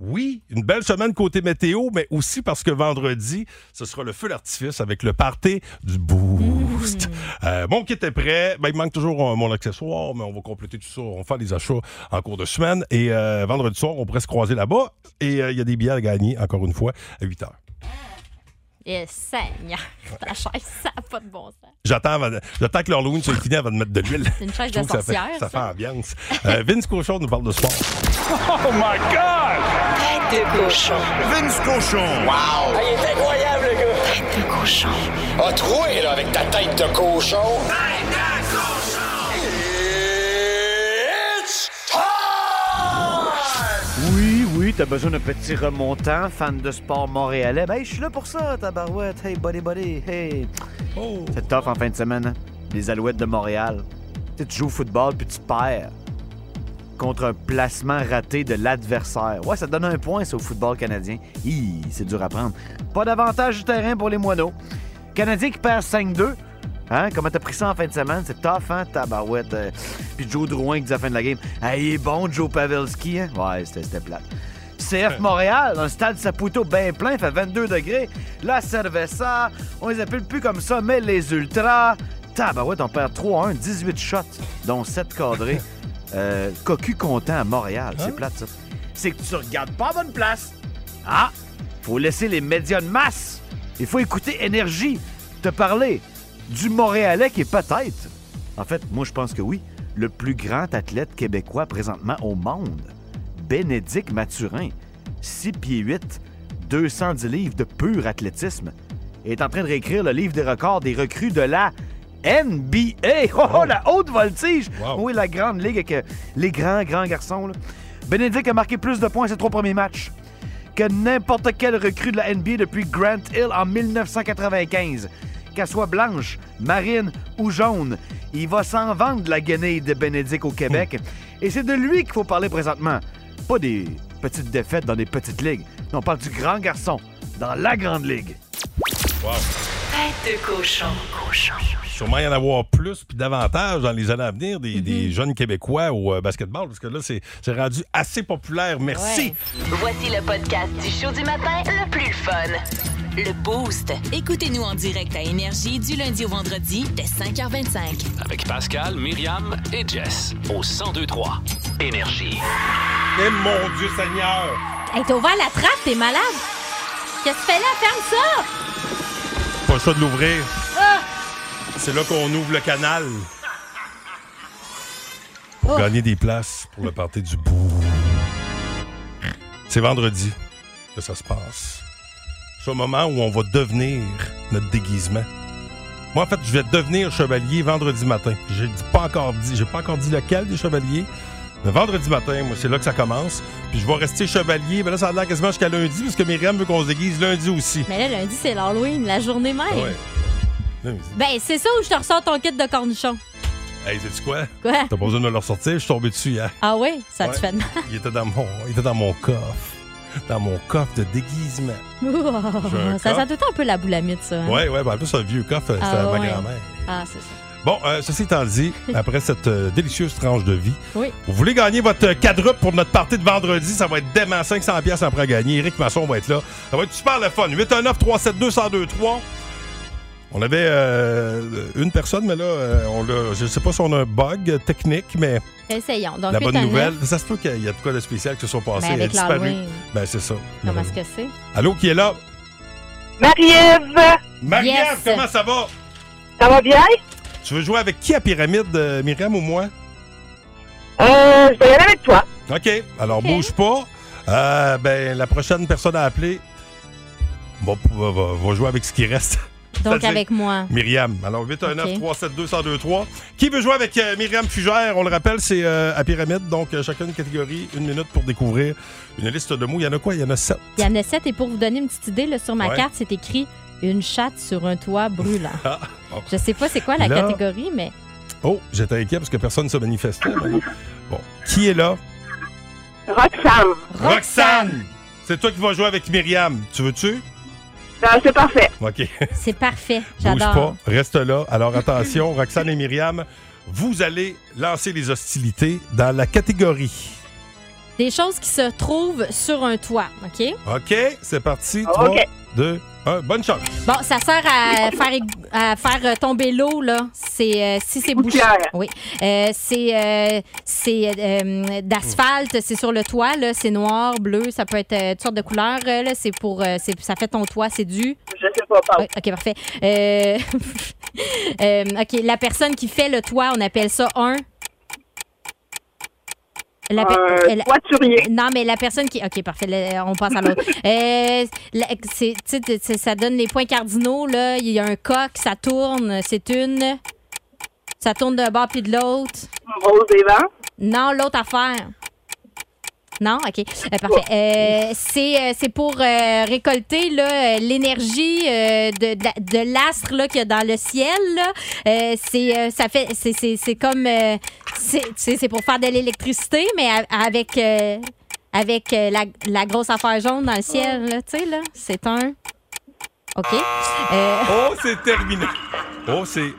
C: Oui, une belle semaine côté météo, mais aussi parce que vendredi, ce sera le feu d'artifice avec le party du
D: Mmh.
C: boost. Euh, mon kit est prêt. Ben, il manque toujours euh, mon accessoire, mais on va compléter tout ça. On va faire les achats en cours de semaine. Et euh, vendredi soir, on pourrait se croiser là-bas. Et euh, il y a des billets à gagner, encore une fois, à 8 heures.
D: Yes, Seigneur. La chaise, ça n'a pas de bon sens.
C: J'attends, avant- j'attends que l'Halloween soit fini avant de mettre de l'huile.
D: C'est une chaise
C: Je trouve
D: de
C: que ça fait-
D: sorcière,
C: Ça fait
D: ça.
C: ambiance. Euh, Vince Cochon nous parle de sport.
O: Oh my God! Tête de cochon. Vince cochon. Wow! il est incroyable, le gars. Tête de cochon. A troué, là, avec ta tête de cochon. Tête de cochon! It's
I: Oui, oui, t'as besoin d'un petit remontant, fan de sport montréalais. Ben, je suis là pour ça, tabarouette. Hey, buddy, buddy, hey. C'est tough en fin de semaine, hein? les Alouettes de Montréal. Tu sais, tu joues au football puis tu perds contre un placement raté de l'adversaire. Ouais, ça donne un point, ça, au football canadien. Hi, c'est dur à prendre. Pas d'avantage du terrain pour les moineaux. Canadien qui perd 5-2. Hein? Comment t'as pris ça en fin de semaine? C'est tough, hein, tabarouette? Euh, Puis Joe Drouin qui dit à la fin de la game, hey, il est bon, Joe Pavelski, hein? Ouais, c'était c'était plate. CF Montréal, un stade Saputo bien plein, fait 22 degrés. La Cerveza, on les appelle plus comme ça, mais les Ultras. Tabarouette, on perd 3-1, 18 shots, dont 7 cadrés. Euh, cocu content à Montréal, c'est plate ça. C'est que tu regardes pas à bonne place. Ah, faut laisser les médias de masse. Il faut écouter Énergie te parler du Montréalais qui est peut-être, en fait, moi je pense que oui, le plus grand athlète québécois présentement au monde. Bénédicte Mathurin, 6 pieds 8, 210 livres de pur athlétisme, est en train de réécrire le livre des records des recrues de la NBA. Oh, oh, la haute voltige! Oui, la grande ligue avec euh, les grands, grands garçons. là. Bénédicte a marqué plus de points ses trois premiers matchs que n'importe quelle recrue de la NBA depuis Grant Hill en 1995. Qu'elle soit blanche, marine ou jaune, il va s'en vendre la guenille de Bénédicte au Québec. Et c'est de lui qu'il faut parler présentement. Pas des petites défaites dans des petites ligues. Non, on parle du grand garçon dans la grande ligue.
A: Tête de cochon. cochon.
C: Sûrement y en avoir plus puis davantage dans les années à venir des, des jeunes Québécois au euh, basketball, parce que là, c'est c'est rendu assez populaire. Merci.
A: Voici le podcast du show du matin le plus fun.
J: Le Boost. Écoutez-nous en direct à Énergie du lundi au vendredi dès 5h25.
B: Avec Pascal, Myriam et Jess au 1023 Énergie.
C: Et mon Dieu Seigneur!
D: Hey, t'as ouvert la trappe, t'es malade? Qu'est-ce que tu fais là? Ferme ça!
C: Pas le choix de l'ouvrir.
D: Ah!
C: C'est là qu'on ouvre le canal.
D: Oh.
C: Pour gagner des places pour le party du bout. C'est vendredi que ça se passe. C'est au moment où on va devenir notre déguisement. Moi, en fait, je vais devenir chevalier vendredi matin. J'ai dit- pas encore dit, j'ai pas encore dit lequel des chevaliers. Mais vendredi matin, moi, c'est là que ça commence. Puis je vais rester chevalier. Mais là, ça a l'air quasiment jusqu'à lundi, parce que Myriam veut qu'on se déguise lundi aussi.
D: Mais là, lundi, c'est l'Halloween, la journée même.
C: Ah ouais. Là, mais-
D: Ben, c'est ça où je te ressors ton kit de cornichon.
C: Hey, sais-tu quoi?
D: Quoi?
C: T'as pas besoin de me le ressortir, je suis tombé dessus hier.
D: Ah ouais? Ça te
C: Ouais.
D: fait de
C: Il était dans mon, il était dans mon coffre. Dans mon coffre de déguisement. J'ai
D: mal.
C: un
D: ça sent
C: coffre.
D: tout le temps un peu la boulamite, ça. hein?
C: Ouais, ouais, ben, en plus, c'est un vieux coffre, c'est
D: Ah
C: à ma
D: ouais.
C: grand-mère.
D: Ah, c'est ça.
C: Bon, euh, ceci étant dit, après cette euh, délicieuse tranche de vie,
D: Oui.
C: vous voulez gagner votre euh, quadruple pour notre partie de vendredi, ça va être dément 500 pièces après à gagner. Eric Masson va être là. Ça va être super le fun. 819 372 1023. On avait euh, une personne, mais là, euh, on l'a- je sais pas si on a un bug technique, mais
D: Essayons. Donc,
C: la bonne
D: 819,
C: nouvelle, ah, ça se peut qu'il y a de quoi de spécial qui se soit passé.
D: Ben,
C: Elle a
D: avec
C: disparu.
D: l'Halloween.
C: Ben, c'est ça.
D: Comment est-ce que c'est?
C: Allô, qui est là?
P: Marie-Ève!
C: Marie-Ève,
P: Yes.
C: comment ça va?
P: Ça va bien?
C: Tu veux jouer avec qui à Pyramide, euh, Myriam ou moi?
P: Euh, je vais y aller avec toi.
C: OK. Alors, bouge pas. Euh, ben, la prochaine personne à appeler va, va- va- va jouer avec ce qui reste.
D: Donc,
C: C'est-à-dire
D: avec moi.
C: Myriam. Alors, 819
D: OK.
C: 372 1023 Qui veut jouer avec euh, Myriam Fugère? On le rappelle, c'est euh, à Pyramide. Donc, euh, chacune catégorie, une minute pour découvrir une liste de mots. Il y en a quoi? Il y en a sept.
D: Il y en a sept, et pour vous donner une petite idée, là, sur ma
C: Ouais.
D: carte, c'est écrit une chatte sur un toit brûlant.
C: Ah, oh.
D: Je sais pas c'est quoi la
C: Là-
D: catégorie, mais
C: Oh, j'étais inquiet parce que personne ne se manifestait. mais- Bon. Qui est là?
P: Roxane.
C: Roxane! C'est toi qui vas jouer avec Myriam. Tu veux-tu?
P: Ben, c'est parfait.
C: OK.
D: c'est parfait.
C: Bouge pas,
D: J'adore.
C: reste là. Alors attention, Roxane et Myriam, vous allez lancer les hostilités dans la catégorie.
D: Des choses qui se trouvent sur un toit, OK?
C: OK, c'est parti. 3,
D: OK.
C: 2, 1. Bonne chance.
D: Bon, ça sert à faire, à faire euh, tomber l'eau, là. C'est, euh, si c'est bouché. Oui. Euh, c'est euh, c'est, euh, d'asphalte, c'est sur le toit, là. C'est noir, bleu, ça peut être euh, toutes sortes de couleurs, euh, là. C'est pour. euh, c'est, ça fait ton toit, c'est du.
P: Je sais pas,
I: Oh.
D: Oui, OK, parfait. Euh, euh, OK, la personne qui fait le toit, on appelle ça un. La per-
I: Euh,
P: Un
D: elle- Euh, Non, mais la personne qui. OK, parfait. là, on passe à l'autre. Euh, la- c'est- tu sais, c'est- ça donne les points cardinaux. là. Il y a un coq, ça tourne. C'est une. Ça tourne d'un bord puis de l'autre.
P: Rose des vents.
D: Non, l'autre affaire. Non? OK. Euh, parfait. Euh, c'est, euh, c'est pour euh, récolter là, euh, l'énergie euh, de, de, de l'astre là, qu'il y a dans le ciel. là. Euh, c'est, euh, ça fait, c'est, c'est, c'est comme... euh, c'est, tu sais, c'est pour faire de l'électricité, mais a- avec, euh, avec euh, la, la grosse affaire jaune dans le ciel. Là, tu sais, là, c'est un... OK. Euh,
C: Oh, c'est terminé. Oh, c'est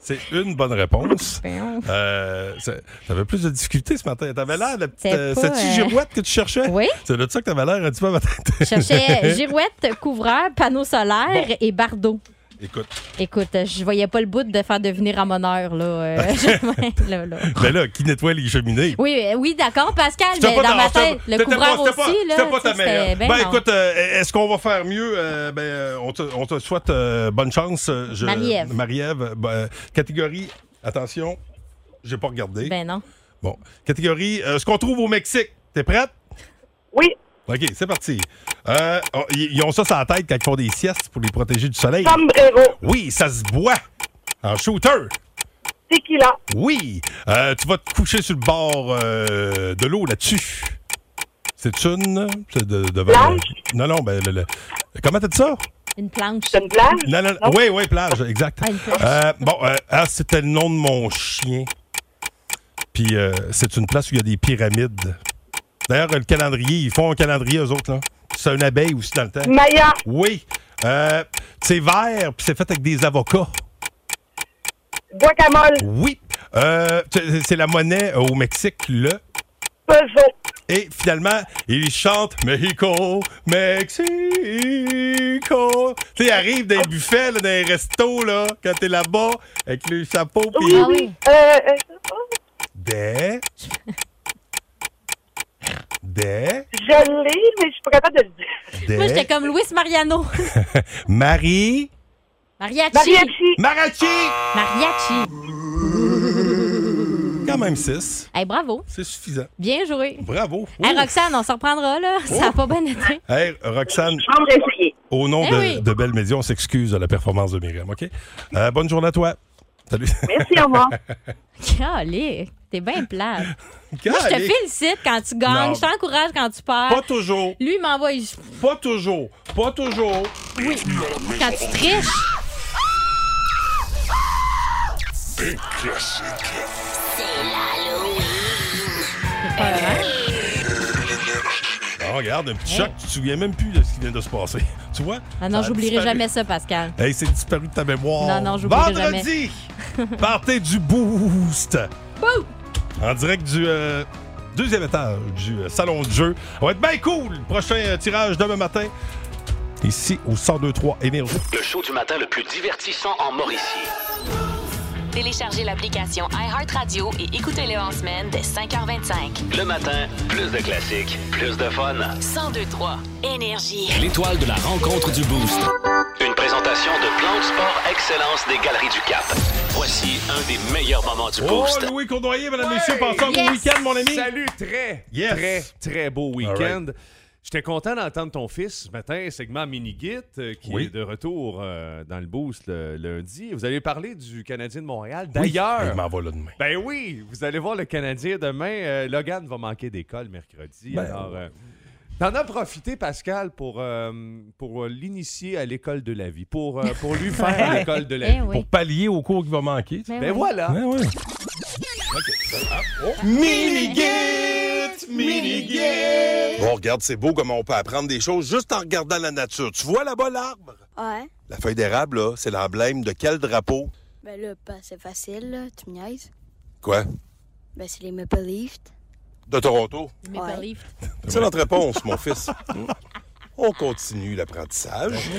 C: C'est une bonne réponse. Euh, c'est- T'avais plus de difficultés ce matin. T'avais l'air de la petite.
D: C'était
C: euh,
D: pas,
C: C'était-tu
D: euh,
C: girouette que tu cherchais?
D: Oui.
C: C'est de ça que t'avais l'air un petit peu à matin.
D: Je cherchais girouette, couvreur, panneau solaire et bardeau.
C: Écoute.
D: Écoute, euh, je voyais pas le bout de faire devenir ramoneur, là. euh, je- là, là.
C: Ben là, qui nettoie les cheminées?
D: Oui, euh, oui, d'accord, Pascal,
C: C'était
D: mais
C: pas
D: dans ma
C: c'était-
D: tête, le
C: c'était
D: couvreur
C: pas- c'était pas-
D: aussi, là.
C: C'était pas
D: tu sais,
C: ta meilleure.
D: c'était-
C: Ben,
D: ben non.
C: écoute, euh, est-ce qu'on va faire mieux? Euh, ben, euh, on, te, on te souhaite euh, bonne chance. euh, je-
D: Marie-Ève.
C: Marie-Ève. ben, catégorie, attention, j'ai pas regardé.
D: Ben non.
C: Bon, catégorie, euh, ce qu'on trouve au Mexique. T'es prête?
P: Oui.
C: OK, c'est parti. Euh, oh, Ils ils ont ça sur la tête quand ils font des siestes pour les protéger du soleil.
P: Sombrero.
C: Oui, ça se boit. En shooter.
P: Tequila.
C: Oui. Euh, tu vas te coucher sur le bord euh, de l'eau là-dessus. C'est une. C'est de, devant-
D: Plage?
C: Non, non, ben. le- le- Comment t'as dit ça?
D: Une planche.
P: une plage?
C: Non, non,
D: Non?
C: Oui, oui, plage, exact.
D: Ah, une plage.
C: Euh, bon, euh, ah, c'était le nom de mon chien. Puis euh, c'est une place où il y a des pyramides. D'ailleurs, le calendrier, ils font un calendrier, eux autres, là. C'est une abeille aussi dans le temps.
P: Maya.
C: Oui. Euh, c'est vert, puis c'est fait avec des avocats.
P: Guacamole.
C: Oui. Euh, c'est- c'est la monnaie euh, au Mexique, le.
P: Peso.
C: Et finalement, ils chantent Mexico, Mexico. Tu sais, ils arrivent dans les buffets, là, dans les restos, là, quand t'es là-bas, avec le chapeau.
P: Oui,
D: Ah
C: puis-
P: oui. Euh, euh,
C: Des. Des.
P: je l'ai, mais je suis pas capable de le dire.
D: Moi, j'étais
C: Des.
D: comme Luis Mariano.
C: Marie.
D: Mariachi.
C: Mariachi. Mariachi.
D: Mariachi.
C: Quand même 6.
D: Hey, bravo.
C: C'est suffisant.
D: Bien joué.
C: Bravo. Oh.
D: Hey, Roxane, on s'en reprendra, là. Ça a pas bien été.
C: Hey, Roxane,
P: Chambre essayée.
C: au nom
D: Eh
C: de,
D: oui.
C: de Belle Média, on s'excuse de la performance de Myriam, OK? Euh, bonne journée à toi. Salut.
P: Merci, au revoir.
D: Calé, t'es bien plate. Moi, je te
C: Calique.
D: félicite quand tu gagnes.
C: Non.
D: Je t'encourage quand tu perds.
C: Pas toujours.
D: Lui, il m'envoie.
C: Pas toujours. Pas toujours.
D: Oui. Quand tu triches.
C: Ah, regarde, un petit choc, tu te souviens même plus de ce qui vient de se passer. Tu vois?
D: Ah non,
C: Ça a
D: j'oublierai
C: disparu.
D: jamais ça, Pascal.
C: Hey, c'est disparu de ta mémoire.
D: Non, non, j'oublierai jamais.
C: Vendredi, partez du boost.
D: Bouh!
C: En direct du euh, deuxième étage du euh, salon de jeu. On va être bien cool. Prochain euh, tirage demain matin. Ici, au 1023 Énergie.
K: Le show du matin le plus divertissant en Mauricie.
J: Téléchargez l'application iHeartRadio et écoutez-le en semaine dès 5h25.
K: Le matin, plus de classiques, plus de fun.
J: 1023 Énergie.
B: L'étoile de la rencontre du Boost.
K: Une présentation de Plan de Sport Excellence des Galeries du Cap. Voici un des meilleurs moments du
C: Oh,
K: Boost.
C: Louis Cournoyer, mesdames et messieurs, passez un bon
D: Yes.
C: week-end, mon ami.
R: Salut, très,
C: Yes.
R: très, très beau
C: All
R: week-end. J'étais content d'entendre ton fils ce matin, segment mini-git, euh, qui
C: Oui.
R: est de retour euh, dans le boost le lundi. Vous avez parlé du Canadien de Montréal.
C: Oui,
R: D'ailleurs,
C: Il m'en va là demain.
R: ben oui, vous allez voir le Canadien demain. Euh, Logan va manquer d'école mercredi.
C: Ben,
R: alors, euh, t'en as profité, Pascal, pour, euh, pour euh, l'initier à l'école de la vie, pour, euh, pour lui faire l'école
D: Eh
R: de la vie.
C: Pour pallier au cours qui va manquer. tu sais.
R: Ben voilà.
C: Ben ouais.
O: Mini-git, mini-git.
C: Bon, regarde, c'est beau comment on peut apprendre des choses juste en regardant la nature. Tu vois là-bas l'arbre?
N: Ouais.
C: La feuille d'érable, là, c'est l'emblème de quel drapeau?
N: Ben là, pas- c'est facile, là. Tu me niaises.
C: Quoi?
N: Ben, c'est les Maple Leafs.
C: De Toronto.
N: Ouais.
C: C'est notre réponse, mon fils. On continue l'apprentissage.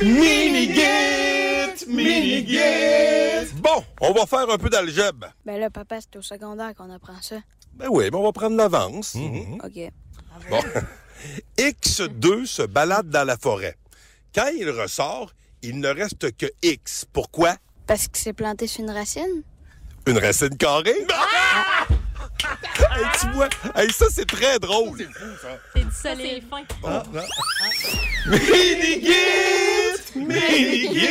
O: Mini-git, mini-git.
C: Bon, on va faire un peu d'algèbre.
N: Ben là, papa, c'est au secondaire qu'on apprend ça. Mm-hmm.
C: Ben oui, mais on va prendre l'avance. Mm-hmm.
N: OK.
C: Bon. X2 se balade dans la forêt. Quand il ressort, il ne reste que X. Pourquoi?
N: Parce qu'il s'est planté sur une racine? Ah!
C: Une racine carrée? Hey, tu vois, Hey, ça, c'est très drôle.
D: C'est du soleil fin.
C: Ah Mini-git! Mini-git!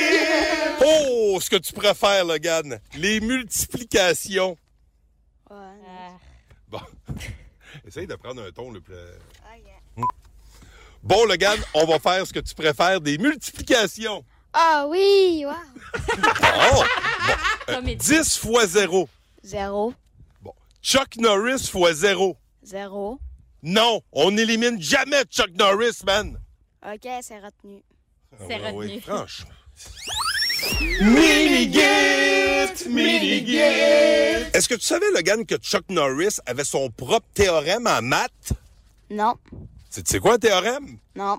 C: Oh, ce que tu préfères, Logan, les multiplications. Bon. Essaye de prendre un ton le plus.
N: Ah,
C: Hmm. Bon, Logan, on va faire ce que tu préfères, des multiplications.
N: Ah oui! Wow!
C: Oh!
N: Comme il dit.
C: 10 fois 0.
N: Zéro.
C: Chuck Norris fois 0.
N: Zéro.
C: Non, on n'élimine jamais Chuck Norris, man.
N: OK, c'est retenu.
C: Ah ouais, ouais, franchement.
O: Mini-git!
S: Mini-git! Est-ce que tu savais, Logan, que Chuck Norris avait son propre théorème en maths?
N: Non,
S: C'est tu sais quoi un théorème?
N: non.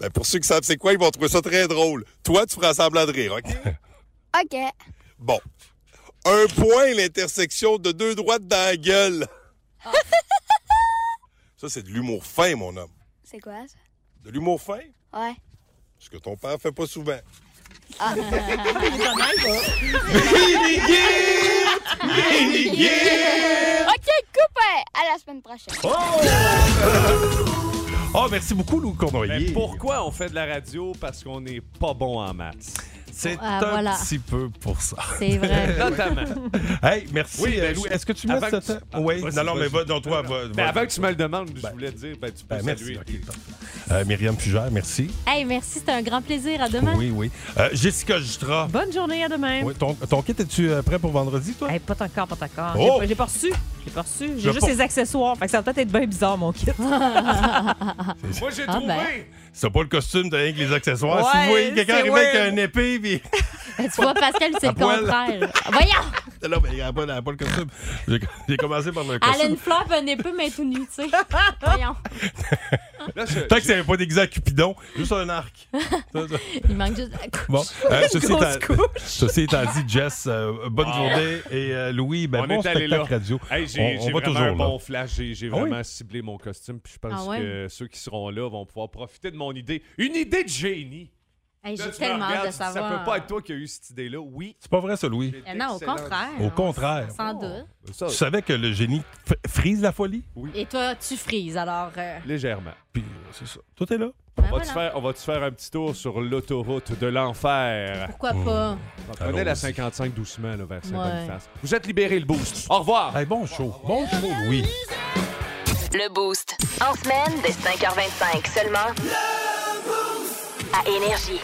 S: Ben, pour ceux qui savent c'est quoi, ils vont trouver ça très drôle. Toi, tu feras semblant de rire, OK?
N: OK.
S: Bon. Un point, l'intersection de deux droites dans la gueule. ça, c'est de l'humour fin, mon homme.
N: C'est quoi ça?
S: De l'humour fin?
N: Ouais.
S: Ce que ton père fait pas souvent.
N: Ah. OK, coupé! À la semaine prochaine.
C: Oh, merci beaucoup, Lou Cournoyer.
R: Mais pourquoi on fait de la radio? Parce qu'on n'est pas bon en maths.
C: C'est
D: Ah,
C: un
D: voilà.
C: petit peu pour ça.
D: C'est vrai.
R: Notamment.
C: Hey, merci.
R: Oui, ben,
C: euh, Lou.
R: je-
C: Est-ce que tu me
R: avant
C: laisses
R: que
C: ce
R: tu-
C: temps?
R: Ah,
C: oui.
R: vas-y,
C: Non, non, mais
R: vas-y.
C: va dans toi. Va,
R: Mais
C: va-
R: avant que tu me le demandes, je voulais te dire, ben, tu peux
C: Ben, merci.
R: saluer.
C: OK, Euh, Myriam Fugère, merci.
D: Hey, merci, c'était un grand plaisir. À
T: Hein?
D: demain.
C: Oui, oui. Euh, Jessica Justra.
T: Bonne journée, à demain.
C: Oui, ton, ton kit, es-tu euh, prêt pour vendredi, toi?
T: Eh, Pas encore, pas encore.
C: Oh!
T: J'ai pas- J'ai pas reçu. J'ai pas reçu.
C: Je
T: J'ai juste
C: pas-
T: les accessoires. Fait que ça va peut-être être bien bizarre, mon kit.
C: Moi,
T: j'ai Ah, trouvé! ben.
C: C'est pas le costume de rien que les accessoires. si
T: Ouais,
C: vous voyez quelqu'un
T: c'est
C: arriver
T: weird.
C: avec un épée, puis.
D: Ben, tu vois, Pascal, c'est
C: À
D: le
C: poil.
D: contraire. Voyons!
C: Non, non, mais elle a pas, elle a pas le costume. J'ai- J'ai commencé par le
D: Alan
C: costume.
D: Fleur venait peu, mais tout nu, tu sais. Voyons.
C: Tant que c'est pas déguisé à Cupidon, juste un arc.
D: Il manque juste la couche.
C: Bon, euh, ceci,
D: Grosse
C: étant, ceci étant dit, Jess, euh, bonne
R: Ah.
C: journée. Et euh, Louis, ben,
R: on
C: bon
R: est allé
C: spectacle
R: là.
C: radio.
R: Hey, j'ai
C: on on
R: j'ai
C: va
R: vraiment
C: toujours
R: un
C: là.
R: bon flash. J'ai j'ai
C: Ah oui?
R: vraiment ciblé mon costume. Puis je pense
D: Ah ouais?
R: que ceux qui seront là vont pouvoir profiter de mon idée. Une idée de génie.
D: Hey,
R: Là,
D: J'ai
R: tu me
D: tellement hâte
R: regardes,
D: de
R: tu dis,
D: savoir.
R: Ça peut pas être toi qui as eu cette idée-là. Oui.
C: C'est pas vrai, ça, Louis?
D: Eh Non, au
R: Excellent.
D: contraire.
C: Au contraire.
D: Sans doute.
C: Tu savais que le génie f- frise la folie?
R: Oui.
D: Et toi, tu frises, alors... euh, ben
R: Légèrement.
C: Puis, euh, c'est ça. Tout est là.
R: On va,
D: voilà.
R: te faire, on va te faire un petit tour sur l'autoroute de l'enfer.
D: Pourquoi
C: Hmm.
D: pas?
R: Prenez la
C: Allons-y.
R: 55 doucement là, vers Saint-Boniface.
J: Ouais.
R: Vous êtes libéré le boost. Au revoir.
C: bon show. Bon show, Louis.
A: Le Boost. En semaine, dès 5h25 seulement. À Énergie.